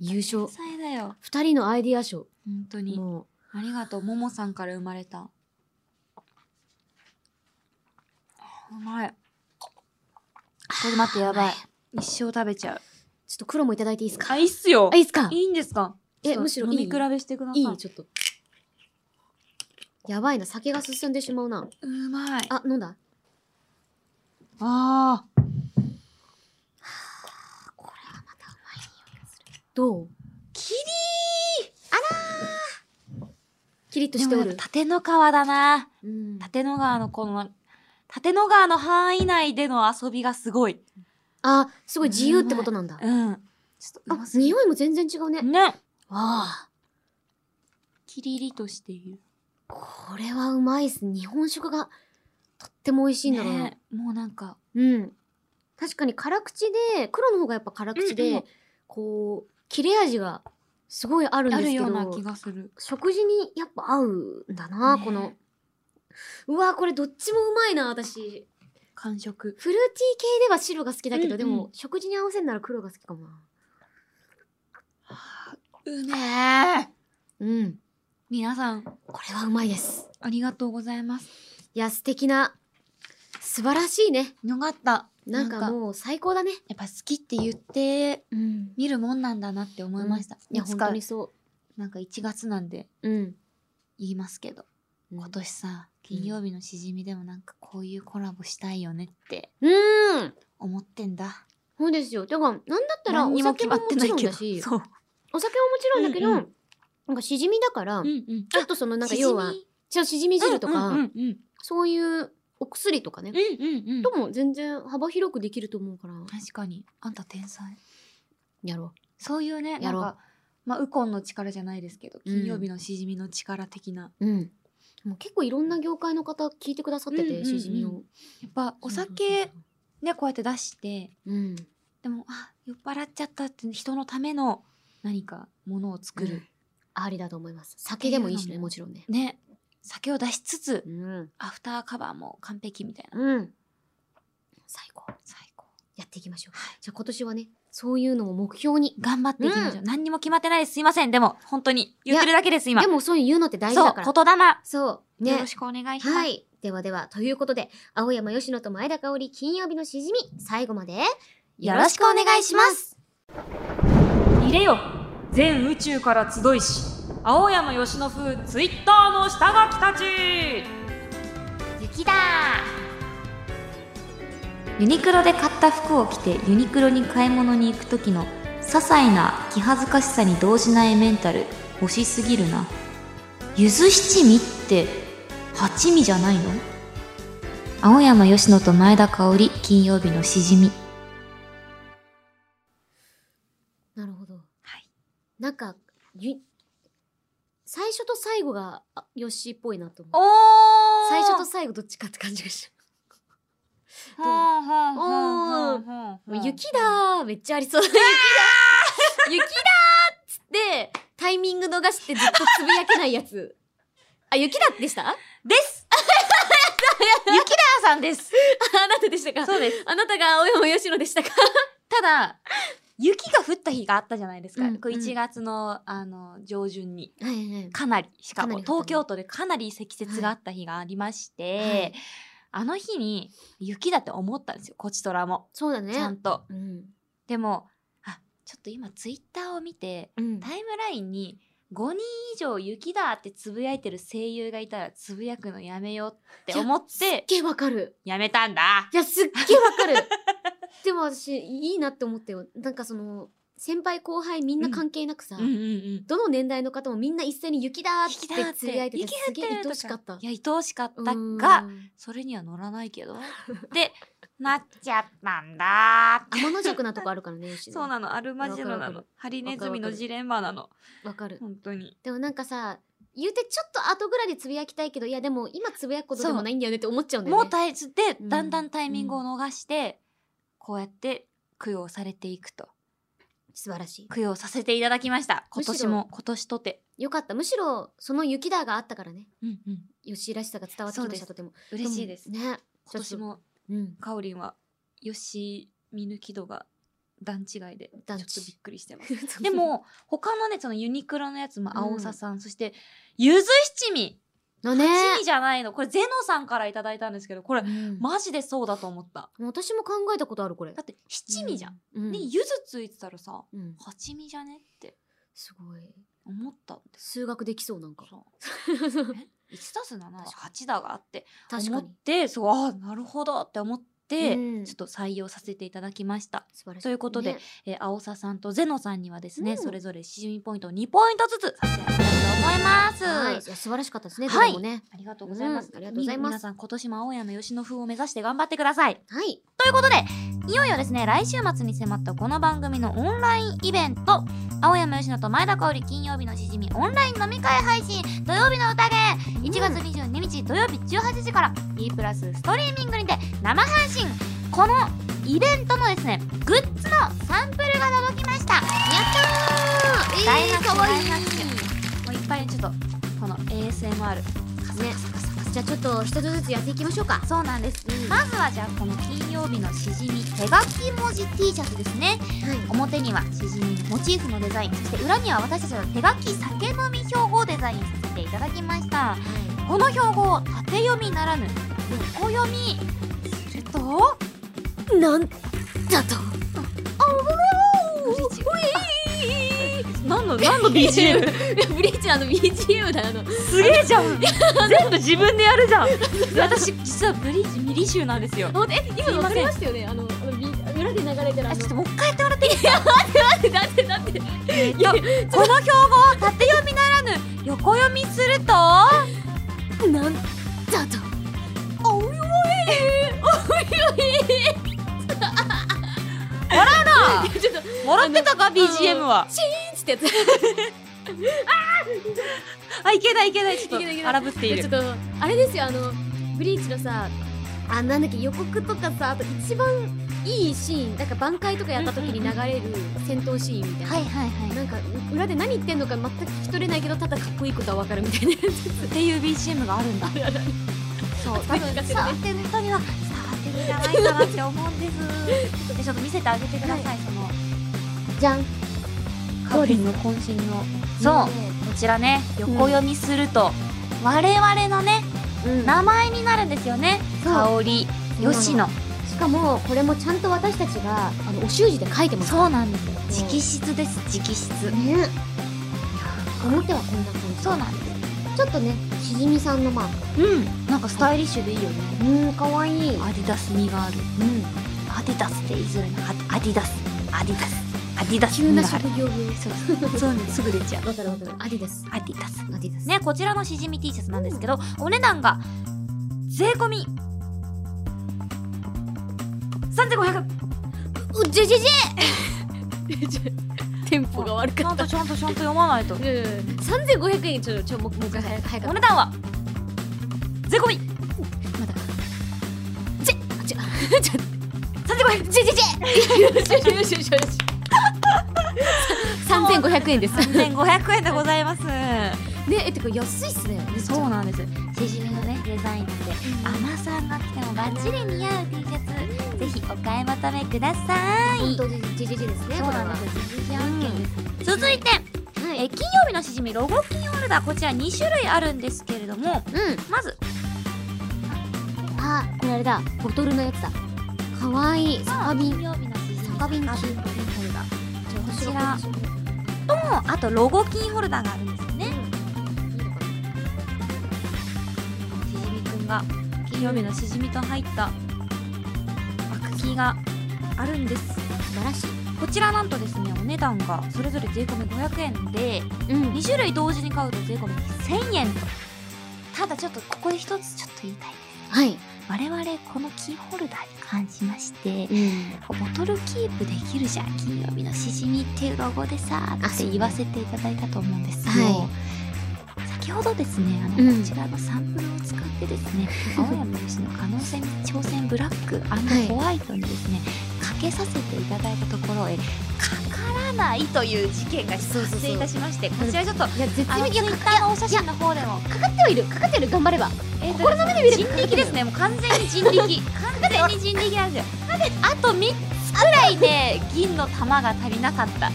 Speaker 1: 優勝
Speaker 2: 天。才だよ。
Speaker 1: 二人のアイディア賞。
Speaker 2: 本当に。
Speaker 1: も
Speaker 2: ありがとう、ももさんから生まれた。うまい。これ待って、やばい。一生食べちゃう。
Speaker 1: う、ちょっと黒もいただいていいですか
Speaker 2: あ、いいっすよ
Speaker 1: あ、い。いですか
Speaker 2: いいんですか
Speaker 1: え、
Speaker 2: そう
Speaker 1: むしろい
Speaker 2: 飲
Speaker 1: い。
Speaker 2: み比べしてください。
Speaker 1: いい、ちょっと。やばいな、酒が進んでしまうな。
Speaker 2: うまい。あ
Speaker 1: あ、飲んだ
Speaker 2: あー。
Speaker 1: これはまたうまい匂いがする。どう
Speaker 2: キリ
Speaker 1: キリッと
Speaker 2: ー
Speaker 1: してお
Speaker 2: でもや
Speaker 1: る
Speaker 2: っ。ぱ縦の川だな。
Speaker 1: うん。
Speaker 2: 縦の川のこの、縦の川の範囲内での遊びがすごい。
Speaker 1: あ、すごい自由ってことなんだ。
Speaker 2: うん。ちょっとう
Speaker 1: あ
Speaker 2: ま、すぎる
Speaker 1: 匂いも全然違うね。
Speaker 2: ね。
Speaker 1: わあ、
Speaker 2: キリリとしている。
Speaker 1: これはうまいっす。日本食がとっても美味しいんだろうな。
Speaker 2: ねもうなんか、
Speaker 1: うん。確かに辛口で、黒の方がやっぱ辛口で、
Speaker 2: うんうん
Speaker 1: こう、切れ味がすごいあるん
Speaker 2: あ
Speaker 1: です
Speaker 2: る
Speaker 1: け
Speaker 2: ような
Speaker 1: ど
Speaker 2: 気、がする。
Speaker 1: 食事にやっぱ合うんだな、
Speaker 2: ね
Speaker 1: この。うわこれどっちもうまいな、私。
Speaker 2: 感触。
Speaker 1: フルーティー系では白が好きだけど、
Speaker 2: うんうん
Speaker 1: でも、食事に合わせるなら黒が好きかもな。
Speaker 2: うね
Speaker 1: う
Speaker 2: え。
Speaker 1: ん。
Speaker 2: 皆さん、
Speaker 1: これはうまいです。
Speaker 2: ありがとうございます。
Speaker 1: いや、素敵な、素晴らしいね。
Speaker 2: よかった。
Speaker 1: なんかもう最高だね。
Speaker 2: やっぱ好きって言って
Speaker 1: うん。
Speaker 2: 見るもんなんだなって思いました。
Speaker 1: いや、
Speaker 2: つ
Speaker 1: 本
Speaker 2: か
Speaker 1: 当にそ
Speaker 2: なんか1月なんで
Speaker 1: う。うん。
Speaker 2: 言いますけど、今年さ、金曜日のしじみでもなんかこういうコラボしたいよねって
Speaker 1: うん。
Speaker 2: 思ってんだ。
Speaker 1: そうですよ。てか、なんだったら
Speaker 2: 何
Speaker 1: お
Speaker 2: にも
Speaker 1: 酒
Speaker 2: 決
Speaker 1: も
Speaker 2: ま
Speaker 1: も
Speaker 2: ってな
Speaker 1: ち
Speaker 2: い
Speaker 1: ろん
Speaker 2: け
Speaker 1: だ
Speaker 2: ど。
Speaker 1: し、
Speaker 2: そう。
Speaker 1: お酒ももちろんだけど、
Speaker 2: うんうん
Speaker 1: なんかしじみだから、
Speaker 2: うんうん。
Speaker 1: ちょっとそのなんか
Speaker 2: しじみ
Speaker 1: 要は、じゃあしじみ汁とか、
Speaker 2: うんうんうん
Speaker 1: そういうお薬とかね、
Speaker 2: うんうんうん。
Speaker 1: とも全然幅広くできると思うから、
Speaker 2: 確かに。あんた天才。
Speaker 1: やろ
Speaker 2: そういうね、な
Speaker 1: や
Speaker 2: ん
Speaker 1: ろう
Speaker 2: か、まあ、ウコンの力じゃないですけど、金曜日のしじみの力的な。
Speaker 1: う。うん。もう結構いろんな業界の方聞いてくださってて、
Speaker 2: うんうんうん
Speaker 1: しじみを。
Speaker 2: やっぱ、お酒、ね、こうやって出して、
Speaker 1: うん。
Speaker 2: でも、あ、酔っ払っちゃったって人のための何かものを作る。
Speaker 1: ありだと思います。酒でもいいし
Speaker 2: い
Speaker 1: ね、
Speaker 2: や
Speaker 1: もちろんね。
Speaker 2: ね。酒を出しつつ
Speaker 1: う、ん。
Speaker 2: アフターカバーも完璧みたいな。
Speaker 1: うん。最高。
Speaker 2: 最高。
Speaker 1: やっていきましょう。じゃあ今年はね、そういうのを目標に。
Speaker 2: 頑張っていきましょう。何にも決まってないです。すいません。でも、本当に。言ってるだけです、今。
Speaker 1: でもそういう言うのって大事
Speaker 2: そ
Speaker 1: だ
Speaker 2: う
Speaker 1: か、ら。
Speaker 2: 言霊。
Speaker 1: そう。ね。
Speaker 2: よろしくお願いします。
Speaker 1: はい。ではでは、ということで、青山吉野と前田香織金曜日のしじみ、最後まで、
Speaker 2: よろしくお願いします。
Speaker 4: 入れよ全宇宙から集いし青山吉野風ツイッターの下書きたち
Speaker 2: 雪だ
Speaker 5: ユニクロで買った服を着てユニクロに買い物に行く時の些細な気恥ずかしさに動じないメンタル欲しすぎるなゆず七味って八味じゃないの青山吉野と前田香織金曜日のしじみ
Speaker 1: なるほど。
Speaker 5: はい。
Speaker 1: なんか、ゆ最初と最後が、あヨッシーっぽいなと思う。
Speaker 2: おー
Speaker 1: 最初と最後どっちかって感じがした。
Speaker 2: ほんほんほんほんほんほ
Speaker 1: も
Speaker 2: ん
Speaker 1: う雪だーめっちゃありそう。雪だー *laughs* 雪だーっつって、タイミング逃してずっとつぶやけないやつ。あ、雪だでした *laughs* あ
Speaker 2: です。 *laughs* 雪だーさんです。
Speaker 1: なたでしたか
Speaker 2: *laughs* そうです。
Speaker 1: あなたが青山吉野でしたか
Speaker 2: ただ、雪が降った日があったじゃないですか。
Speaker 1: うん
Speaker 2: こう
Speaker 1: うん
Speaker 2: 1月の、あの、上旬に。
Speaker 1: はいはいはい。
Speaker 2: かなり、しか
Speaker 1: かな
Speaker 2: も
Speaker 1: り降ったね
Speaker 2: 東京都でかなり積雪があった日がありまして、
Speaker 1: はい
Speaker 2: あの日に雪だって思ったんですよ、こちとらも。
Speaker 1: そうだね
Speaker 2: ち。ゃんと。
Speaker 1: うん。
Speaker 2: でも、あ、ちょっと今ツイッターを見て、
Speaker 1: うん。
Speaker 2: タイムラインに5人以上雪だってつぶやいてる声優がいたらつぶやくのやめようって思っ
Speaker 1: いやすってげえわかる。
Speaker 2: やめたんだ。
Speaker 1: いや、すっげえわかる。でも私、いいなって思ったよ。なんかその、先輩後輩みんな関係なくさ、
Speaker 2: うんうんうん。
Speaker 1: どの年代の方もみんな一斉に雪だー
Speaker 2: 雪
Speaker 1: っ
Speaker 2: だ
Speaker 1: てつぶやいてて、すげえ愛おしかった
Speaker 2: い。や愛おしかった
Speaker 1: うん
Speaker 2: が、それには乗らないけ *laughs* どでなっちゃったんだ
Speaker 1: 天の弱なとこあるからね、
Speaker 2: *laughs*
Speaker 1: 吉野
Speaker 2: そうなのあるマジ
Speaker 1: わ
Speaker 2: の
Speaker 1: か
Speaker 2: な
Speaker 1: るわ
Speaker 2: の
Speaker 1: か
Speaker 2: ハリネズミのジレンマなの
Speaker 1: わかる。
Speaker 2: 本当に
Speaker 1: でもなんかさ、言うてちょっと後ぐらいでつぶやきたいけど、いやでも今つぶやくことでもないんだよねって思っちゃうんだよ
Speaker 2: も
Speaker 1: ね。
Speaker 2: う耐えずで
Speaker 1: うん
Speaker 2: だんだんタイミングを逃してこうやって供養されていくと
Speaker 1: 素晴らし
Speaker 2: 供養させていただきました今
Speaker 1: むしろ
Speaker 2: 年も今年とて
Speaker 1: い。よかった。むしろ、その雪だがあったからね。
Speaker 2: うんうん
Speaker 1: 吉井らしさが伝わってきました、
Speaker 2: そ
Speaker 1: とても。
Speaker 2: 嬉しいです
Speaker 1: もね。
Speaker 2: 今年も
Speaker 1: *laughs* うん。
Speaker 2: かおりんはよし見抜き度が段違いでちょ
Speaker 1: 段
Speaker 2: っ
Speaker 1: 違
Speaker 2: と
Speaker 1: い
Speaker 2: びっくりしてま
Speaker 1: *laughs*
Speaker 2: すで、も他のねそのユニクロのやつも青ささん、そしてゆず七味
Speaker 1: のね。
Speaker 2: 七味じゃないのこれゼノさんからいただいたんですけどこれ
Speaker 1: うん
Speaker 2: マジでそうだと思った
Speaker 1: もう私も考えたことあるこれ
Speaker 2: だって七味じゃん、、
Speaker 1: うん
Speaker 2: ねゆずついてたらさ
Speaker 1: うんうん
Speaker 2: 八味じゃねって
Speaker 1: すごい
Speaker 2: 思ったんです
Speaker 1: 数学できそうなんか
Speaker 2: そう
Speaker 1: *laughs* 確
Speaker 2: 1たす7は8だがあって思
Speaker 1: か
Speaker 2: っ
Speaker 1: に
Speaker 2: てそうあーなるほどって思って、
Speaker 1: うん
Speaker 2: ちょっと採用させていただきました
Speaker 1: 素晴らしい
Speaker 2: ということで
Speaker 1: ね
Speaker 2: えー、青ささんとゼノさんにはですね、
Speaker 1: うん
Speaker 2: それぞれしじみポイントを2ポイントずつ差し上げたいと思います。
Speaker 1: はいいや素晴らしかったですねど
Speaker 2: は
Speaker 1: れ
Speaker 2: い
Speaker 1: もね
Speaker 2: ありがとうございます。
Speaker 1: うんありがとうございます
Speaker 2: み皆さん今年も青山吉野風を目指して頑張ってください。
Speaker 1: はい
Speaker 2: ということで、いよいよですね、来週末に迫ったこの番組のオンラインイベント、青山吉野と前田香織金曜日のしじみオンライン飲み会配信土曜日の宴1月22日土曜日18時から E プラスストリーミングにて生配信このイベントのですね、グッズのサンプルが届きましたやったー大学
Speaker 1: かわいい
Speaker 2: もういっぱいちょっとこの ASMR カサカサカサカサ
Speaker 1: じゃあちょっと一つずつやっていきましょうか
Speaker 2: そうなんです、
Speaker 1: うん
Speaker 2: まずはじゃあこの金曜日のしじみ手書き文字 T シャツですね
Speaker 1: はい
Speaker 2: 表にはしじみのモチーフのデザインそして裏には私たちの手書き酒飲み標語をデザインさせていただきましたこの標語を縦読みならぬ横読みするとお
Speaker 1: はいなん
Speaker 2: *laughs*
Speaker 1: だと *laughs*
Speaker 5: 何の何の BGM
Speaker 1: ブリーチャーの BGM だよあの
Speaker 5: すげえじゃ
Speaker 2: *laughs*
Speaker 5: ん全部自分でやるじゃん私実はブリーチミリ集なんですよ
Speaker 1: ほんとえ今
Speaker 5: すいません
Speaker 1: わかりましたよねあのあのビ裏で流れてるあ
Speaker 2: あ
Speaker 1: の
Speaker 2: ちょっと
Speaker 1: だ
Speaker 2: もう一回やってもらっていい
Speaker 1: ってだってだって
Speaker 2: いやこの標語を縦読みならぬ横読みする *laughs* と
Speaker 1: なんだと
Speaker 2: *laughs* もらってたか BGM は
Speaker 1: シーンってやつ
Speaker 2: あいけないいけないちょっと
Speaker 1: いけないいけない
Speaker 2: 荒ぶってい
Speaker 1: ちょ
Speaker 2: る
Speaker 1: っとあれですよあのブリーチのさあなんだっけ予告とかさあと一番いいシーンなんか挽回とかやった時に流れる戦闘シーンみたいな、
Speaker 2: いはいはい
Speaker 1: なんか裏で何言ってんのか全く聞き取れないけどただかっこいいことはわかるみたいなやつ
Speaker 2: っていう BGM があるんだそう多分
Speaker 1: 難しいね
Speaker 2: 伝わってる人には伝わってるんじゃないかなって思 *laughs* うんですでちょっと見せてあげてください、その
Speaker 1: じゃん
Speaker 2: カオリンの渾身のそうこちらね横読みすると、我々のね
Speaker 1: うん
Speaker 2: 名前になるんですよね
Speaker 1: そう
Speaker 2: 香り吉野
Speaker 1: しかもこれもちゃんと私たちがあのお習字で書いてます
Speaker 2: そうなんですよ
Speaker 1: そう
Speaker 2: 直筆です直筆
Speaker 1: ね表はこんな感じ
Speaker 2: そうなんです
Speaker 1: ちょっとねしじみさんのマー
Speaker 2: うんなんかスタイリッシュでいいよね
Speaker 1: クうんかわいい
Speaker 2: アディダス味がある
Speaker 1: うん
Speaker 2: アディダスって言いづらいなアディアディダスアディダスアディダス
Speaker 1: 急な
Speaker 2: 味がある
Speaker 1: 職業病
Speaker 2: そうねすぐ出ちゃう
Speaker 1: わかるわかるアディダス
Speaker 2: アディダス
Speaker 1: アディダス
Speaker 2: ね、こちらのしじみ T シャツなんですけど、お値段が税込み3500
Speaker 1: おじゃじゃじゃ *laughs* テンポが悪
Speaker 2: ち
Speaker 1: か
Speaker 2: ゃ
Speaker 1: っ
Speaker 2: んとちゃんとちゃんと読まないと
Speaker 1: たうん3500円ちょっとちょもうもう一回早く早く
Speaker 2: お値段は税込み
Speaker 1: まだちょあちょ *laughs* ちょ3500ちょちょちょよしよしよしよし3500円 *laughs* です
Speaker 2: 3500円でございます
Speaker 1: ねえてか安いっすねめっちゃ
Speaker 2: そうなんですしじみのねデザインなんで
Speaker 1: うん
Speaker 2: アマさんが着てもバッチリ似合う T シャツぜひお買い求めください
Speaker 1: 本当にジジジですね
Speaker 2: そうなんです
Speaker 1: これは
Speaker 2: 続いて
Speaker 1: は
Speaker 2: え
Speaker 1: い
Speaker 2: 金曜日のしじみロゴ金ホルダーこちら2種類あるんですけれども
Speaker 1: うん
Speaker 2: まず
Speaker 1: あこれあれだボトルのやつだかわいい酒瓶
Speaker 2: 金曜日のしじみ
Speaker 1: 酒瓶金
Speaker 2: 金ホルダ
Speaker 1: こ
Speaker 2: ーちらとあとロゴキーホルダーがあるんですよねしじみくんが金曜日のしじみと入ったバックキーがあるんです
Speaker 1: 素晴らしい
Speaker 2: こちらなんとですねお値段がそれぞれ税込み500円で
Speaker 1: うん
Speaker 2: 2種類同時に買うと税込み1000円とただちょっとここで一つちょっと言いたい
Speaker 1: はい
Speaker 2: 我々このキーホルダーに関しまして
Speaker 1: うん
Speaker 2: ボトルキープできるじゃん金曜日のしじみっていうロゴでさ
Speaker 1: あ
Speaker 2: っ
Speaker 1: そ
Speaker 2: て
Speaker 1: うね
Speaker 2: 言わせていただいたと思うんですよ、
Speaker 1: は
Speaker 2: 先ほどですねあの、
Speaker 1: うん
Speaker 2: こちらのサンプルを使ってです
Speaker 1: *laughs*
Speaker 2: ね青山由志の可能性に挑戦ブラック
Speaker 1: い
Speaker 2: ホワイトにですね、かけさせていただいたところへかからないという事件が
Speaker 1: そう
Speaker 2: 発
Speaker 1: そうそう
Speaker 2: 生いたしましてこちらちょっと
Speaker 1: いや絶
Speaker 2: あ
Speaker 1: 妙
Speaker 2: の
Speaker 1: に
Speaker 2: ツイ
Speaker 1: いや
Speaker 2: ッ
Speaker 1: か
Speaker 2: ターのお写真の方でも
Speaker 1: かかってはいるかかってはいる頑張れば
Speaker 2: えーと
Speaker 1: 心の目で見ると
Speaker 2: 人力ですねもう完全
Speaker 1: *laughs*
Speaker 2: に人力完全に人力なんですよあと3つくらいで銀の玉が足りなかった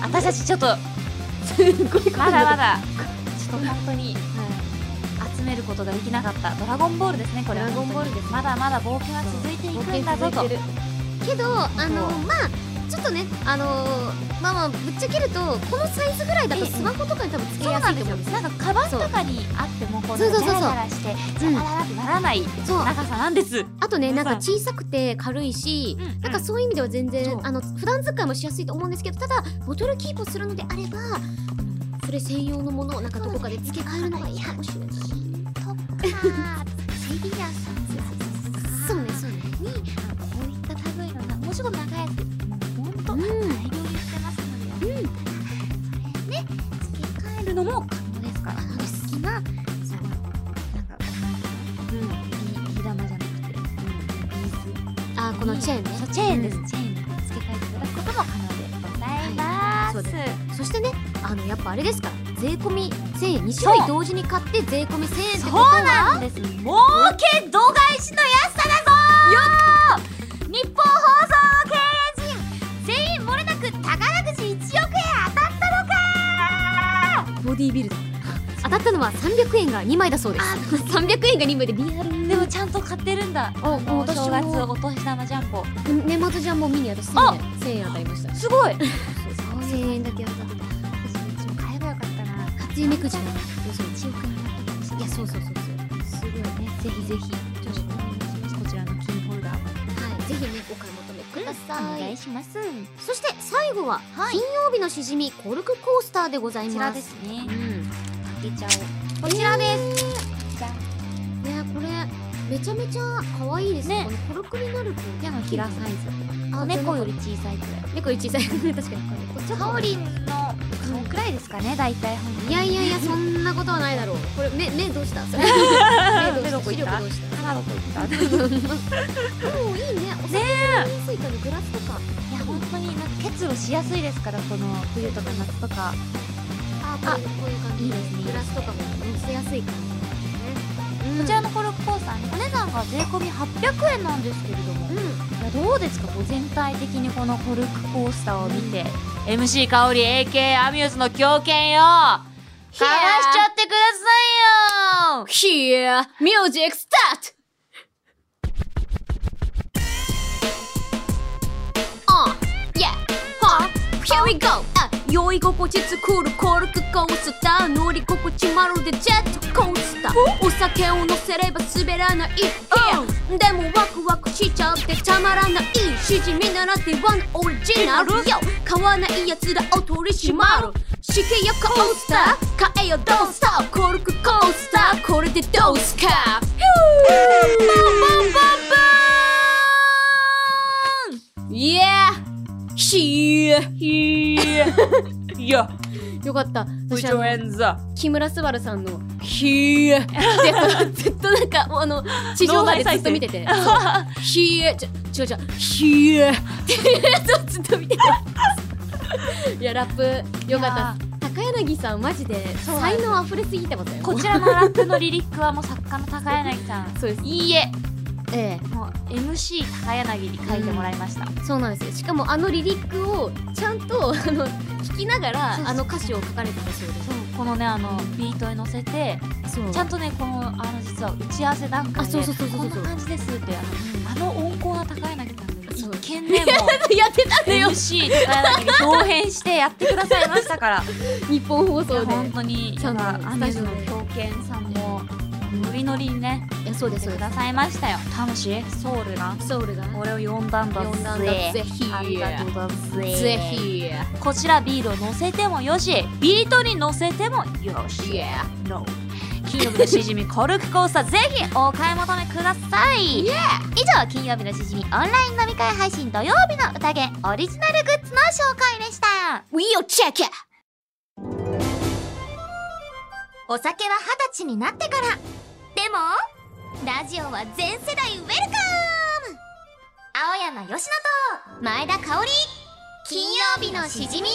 Speaker 2: 私たちちょっと
Speaker 1: すごいこと
Speaker 2: ま
Speaker 1: にな
Speaker 2: だ
Speaker 1: る
Speaker 2: まだちょっと本当に集めることができなかったドラゴンボールですねこれは
Speaker 1: ドラゴンボールですね
Speaker 2: まだまだ冒険は続いていくんだぞと
Speaker 1: 冒険続いてるけどあのまあちょっとねあのまあまあぶっちゃけるとこのサイズぐらいだと
Speaker 2: ええ
Speaker 1: スマホとかに多分つけ
Speaker 2: そう
Speaker 1: や
Speaker 2: な
Speaker 1: す
Speaker 2: ん
Speaker 1: い
Speaker 2: で
Speaker 1: と思う
Speaker 2: すよ
Speaker 1: んです
Speaker 2: なんかカバンとかにあってもこう
Speaker 1: そうそうそうそう
Speaker 2: ダラダラして
Speaker 1: うん
Speaker 2: 邪魔だなってならない
Speaker 1: そう
Speaker 2: 長さなんです、
Speaker 1: あとね
Speaker 6: 皆
Speaker 1: なん
Speaker 6: さん
Speaker 1: か小さくて軽いし
Speaker 2: うん
Speaker 1: なんかそういう意味では全
Speaker 6: そ
Speaker 1: 然
Speaker 6: う
Speaker 1: あの普段使いもしやすいと思うんですけどただボトルキープをするのであればあのそれ専用のものをなんかどこかで付け替えるのがいいかもしれない
Speaker 2: とかセリアさんとか
Speaker 1: そうねそうね
Speaker 2: にあのこういった類のなもうちょっと長いやつもうほんと
Speaker 1: うん
Speaker 2: 大量に売ってますので、うん、それね付け替えるのも可能ですから
Speaker 1: 能です
Speaker 2: 好きなそのなんかこうなんていうのビビー玉じゃなくて、ビーズ
Speaker 1: あーこのチェーンね
Speaker 2: そうチェーンです、
Speaker 1: うん
Speaker 2: チェーンで付け替えていただくことも可能でござい
Speaker 1: は
Speaker 2: ま
Speaker 1: いそ
Speaker 2: す、
Speaker 1: うでそしてねあのやっぱあれですから税込み1000円2種類同時に買って税込み1000円ってことは
Speaker 2: そうなんです儲け度外視の安さだぞよ日本放送経営陣全員漏れなく宝くじ1億円当たったのか
Speaker 1: ボディービルダー当たったのは300円が2枚だそうです300円が2枚で BR
Speaker 2: でもちゃんと買ってるんだ
Speaker 1: お
Speaker 2: あの
Speaker 1: お年
Speaker 2: 正
Speaker 1: を
Speaker 2: 月お年玉ジャンボ
Speaker 1: 年末じゃもう見に私
Speaker 2: あ
Speaker 1: 1000円当たりました
Speaker 2: す *laughs* ごい
Speaker 1: 1000円だけ当たってた
Speaker 2: 買えばよかったな
Speaker 1: 初夢くじだね
Speaker 2: 1億円当たったかもしれない
Speaker 1: いやそうそうそうそうすごいね
Speaker 2: ぜひぜひちょっとこちらのキーホルダー
Speaker 1: はいぜひねお買い求めくださ
Speaker 2: お
Speaker 1: い、
Speaker 2: 願いします
Speaker 1: そして最後は、
Speaker 2: はい
Speaker 1: 金曜日のしじみコルクコースターでござい
Speaker 2: こ
Speaker 1: ます
Speaker 2: ちらですね
Speaker 1: うん
Speaker 2: 開けちゃおうこちらです、じゃん
Speaker 1: ねこれめちゃめちゃ可愛いですね
Speaker 2: ね
Speaker 1: このコルクになると
Speaker 2: 手のひらサイズ
Speaker 1: あ
Speaker 2: 猫より小さいくらい
Speaker 1: 猫より小さい *laughs* 確かに
Speaker 2: こっちはオリンの顔くらいですかね大体本当に
Speaker 1: いやいやいやそんなことはないだろうこれ目目どう *laughs* した目
Speaker 2: 目どこ行っ
Speaker 1: 視力
Speaker 2: た
Speaker 1: どうした
Speaker 2: カラーの子いたい
Speaker 1: もういいねお酒飲みやすいからグラスとか
Speaker 2: や本当になんか結露しやすいですからこの冬とか夏とか
Speaker 1: あこういうこういう感じで
Speaker 2: いいですね
Speaker 1: グラスとかも乗せやすい感じね
Speaker 2: こちらのコルクコースターねお値段が税込み800円なんですけれども
Speaker 1: う
Speaker 2: い
Speaker 1: んうん
Speaker 2: やどうですかこう全体的にこのコルクコースターを見て、MC 香り AK アミューズの狂犬よかわしちゃってくださいよ
Speaker 3: Here, music start! あ、yeah, huh, here we go! あ、酔い心地作るコルクコースター乗り心地まるでジェットコースターお酒を乗せれば滑らない Here! でもワクワクしちゃってたまらないしじみならでワンオリジナル Yo! 買わない奴らを取り締まる四季やコースター買えよドンスターコルクコースターこれでどうすかイエーひー
Speaker 7: いや、
Speaker 3: よかった
Speaker 7: 不
Speaker 3: 私あ
Speaker 7: 条
Speaker 3: の
Speaker 7: 演座。
Speaker 3: 木村昴さんの「ひー」ってずっとなんかもうあの地上波でずっと見
Speaker 7: *laughs*
Speaker 3: *laughs* てて「ひー」ちょ違う違う「ひ *laughs* ー」ってずっと見てていやラップよかったっす高柳さんマジで
Speaker 2: そうなん
Speaker 3: 才
Speaker 2: です
Speaker 3: 能あふれすぎてますよ
Speaker 2: こちらのラップのリリックはもう作家の高柳さん
Speaker 3: そうです
Speaker 2: いいえ
Speaker 3: ええ
Speaker 2: もう MC 高柳に書いてもらいました、
Speaker 3: そうなんですよしかもあのリリックをちゃんとあ *laughs* の聞きなが
Speaker 2: そう
Speaker 3: ら
Speaker 2: そう
Speaker 3: あの歌詞を書かれてたそ
Speaker 2: そ
Speaker 3: う
Speaker 2: うこのねあのビートに乗せて
Speaker 3: ですそう
Speaker 2: ちゃんとねこのあの実は打ち合わせ段
Speaker 3: あ
Speaker 2: 階で
Speaker 3: そうそうそうそう
Speaker 2: こんな
Speaker 3: そう
Speaker 2: 感じですってあのあの温厚な高柳さんが
Speaker 3: そう
Speaker 2: 一見
Speaker 3: *laughs*
Speaker 2: ねもう
Speaker 3: やってたんだよ
Speaker 2: MC 高柳が表変してやってくださいましたから
Speaker 3: 日本放
Speaker 2: いや
Speaker 3: 送で
Speaker 2: 本当に
Speaker 3: ちゃんと
Speaker 2: ア
Speaker 3: スタ
Speaker 2: ミ
Speaker 3: ジ
Speaker 2: ュ
Speaker 3: オ
Speaker 2: の
Speaker 3: で
Speaker 2: 狂犬さんもノリノリにね
Speaker 3: いやそうです
Speaker 2: て
Speaker 3: そう
Speaker 2: く
Speaker 3: で
Speaker 2: ださいましたよ魂ソウルが
Speaker 3: すソウルが
Speaker 2: 俺を呼んだんだ
Speaker 3: 呼んだんだ
Speaker 2: ぜ
Speaker 3: ぜひ
Speaker 2: ありがとうだぜ
Speaker 3: ぜひ
Speaker 2: こちらビールを乗せてもよしビートに乗せてもよし
Speaker 3: Yeah
Speaker 2: No 金曜日のしじみコルクコースターぜひお買い求めください、以上金曜日のしじみオンライン飲み会配信土曜日の宴オリジナルグッズの紹介でした
Speaker 3: We are check it
Speaker 2: お酒は二十歳になってからでもラジオは全世代ウェルカム青山佳乃と前田香織金曜日のしじみ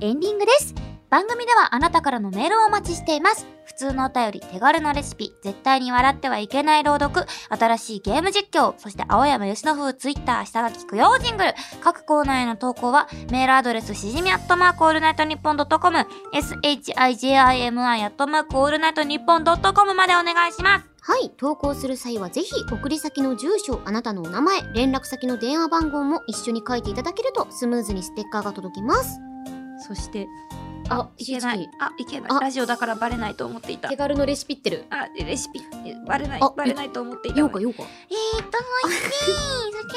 Speaker 2: エンディングです番組ではあなたからのメールをお待ちしています普通のお便り手軽なレシピ絶対に笑ってはいけない朗読新しいゲーム実況そして青山佳乃風ツイッター下書き供養ジングル各コーナーへの投稿はメールアドレスしじみアットマークオールナイトニッポンドットコム shijimi アットマークオールナイトニッポンドットコムまでお願いします
Speaker 1: はい、投稿する際はぜひ送り先の住所、あなたのお名前、連絡先の電話番号も一緒に書いていただけるとスムーズにステッカーが届きます。
Speaker 2: そして
Speaker 3: あいけない
Speaker 2: あいけ
Speaker 1: あ
Speaker 2: ラジオだからバレないと思っていた
Speaker 3: 手軽のレシピってる
Speaker 2: あレシピバレない
Speaker 1: あ
Speaker 2: ないと思ってい
Speaker 3: よ
Speaker 2: の
Speaker 3: うかようか
Speaker 2: えーっと、美味しい。そちらに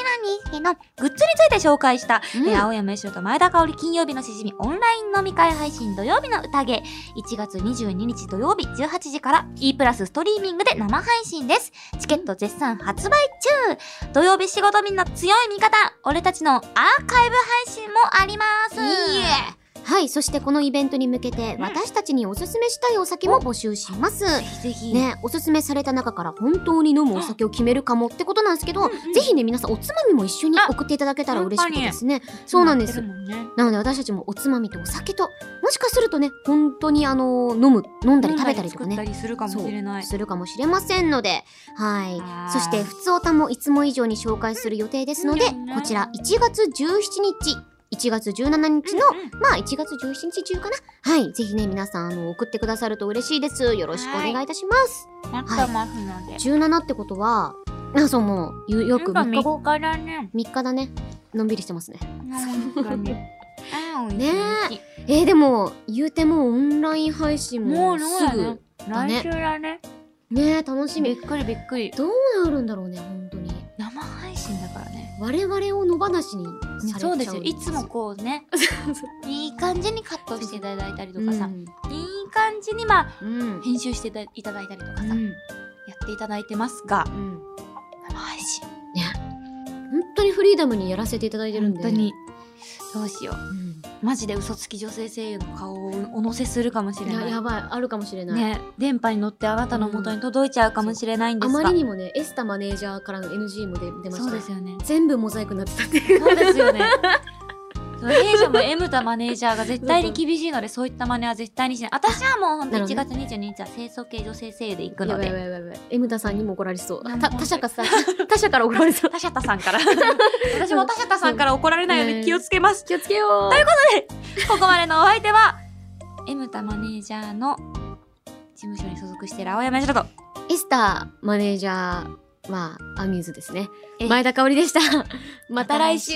Speaker 2: ですけど、グッズについて紹介した、
Speaker 1: うん
Speaker 2: えー青山由ろと前田香織金曜日のしじみオンライン飲み会配信土曜日の宴、1月22日土曜日18時から E プラスストリーミングで生配信です。チケット絶賛発売中土曜日仕事みんな強い味方俺たちのアーカイブ配信もあります
Speaker 1: はい、そしてこのイベントに向けて私たちにおすすめしたいお酒も募集します。
Speaker 2: ぜひ
Speaker 1: ね、おすすめされた中から本当に飲むお酒を決めるかもってことなんですけど、ぜひね、皆さんおつまみも一緒に送っていただけたら嬉しくてですね。そうなんです
Speaker 2: やってる。もんね
Speaker 1: なので私たちもおつまみとお酒と、もしかするとね、本当にあの、飲む、飲んだり食べたりとかね
Speaker 2: 飲んだ。り作ったりするかもしれない。
Speaker 1: するかもしれませんので、はい
Speaker 2: あー。
Speaker 1: そして、ふつおたもいつも以上に紹介する予定ですので、
Speaker 2: うんうん
Speaker 1: こちら1月17日、1月17日の、まあ1月17日中かな。はい。ぜひね、皆さん、あの、送ってくださると嬉しいです。よろしくお願いいたします。
Speaker 2: 待ってますので。
Speaker 1: 17ってことは、あ、そう、もう、ゆよく3
Speaker 2: なん
Speaker 1: 日
Speaker 2: か
Speaker 1: 後、
Speaker 2: 3日からね。
Speaker 1: 3日だね。のんびりしてますね。
Speaker 2: 本当に。あー
Speaker 1: ねえー、でも、言うてもうオンライン配信
Speaker 2: も
Speaker 1: も
Speaker 2: う
Speaker 1: す
Speaker 2: そうだね
Speaker 1: ぐ。。だね
Speaker 2: 来週だね。
Speaker 1: ねえ、楽し
Speaker 2: びっ
Speaker 1: み。
Speaker 2: くりびっくり。
Speaker 1: どうなるんだろうね、本当に。
Speaker 2: 生配信だからね。
Speaker 1: 我々を野放しにされちゃ
Speaker 2: そううんですよ。いつもこうね、いい感じにカットしていただいたりとかさ、いい感じにまあ
Speaker 1: うん
Speaker 2: 編集していただいたりとかさ、やっていただいてますが、生配信
Speaker 1: 本当にフリーダムにやらせていただいてるんで
Speaker 2: 本当にどうしよう。
Speaker 1: うん
Speaker 2: マジで嘘つき女性声優の顔をお乗せするかもしれ
Speaker 1: いや
Speaker 2: ない。
Speaker 1: やばいあるかもしれない、
Speaker 2: ね、電波に乗ってあなたの元に届いちゃうかもしれないんで
Speaker 1: あ
Speaker 2: すが、
Speaker 1: まりにもねエスタマネージャーからの NG も出出ました
Speaker 2: そうですよね。
Speaker 1: 全部モザイクになってたっていう
Speaker 2: そうですよね。そう弊社も M たマネージャーが絶対に厳しいのでそういった真似は絶対にしない私はもうほんと
Speaker 1: なるほ
Speaker 2: 1
Speaker 1: どね
Speaker 2: 月22日は清掃系女性声優で行く
Speaker 1: や
Speaker 2: の
Speaker 1: ばいやば
Speaker 2: で
Speaker 1: いやばいやばいエムダさんにも怒られそう
Speaker 2: なん
Speaker 1: た
Speaker 2: 本当に
Speaker 1: 他社かさ他社から怒られそう
Speaker 2: 田シャタさんから私も田シャタさんから怒られないように気をつけます、
Speaker 1: 気をつけよう
Speaker 2: ここまでのお相手は M 田マネージャーの事務所に所属している青山白と
Speaker 1: エスターマネージャーはアミューズですね
Speaker 2: え
Speaker 1: 前田香織でしたまた来
Speaker 2: また
Speaker 1: 週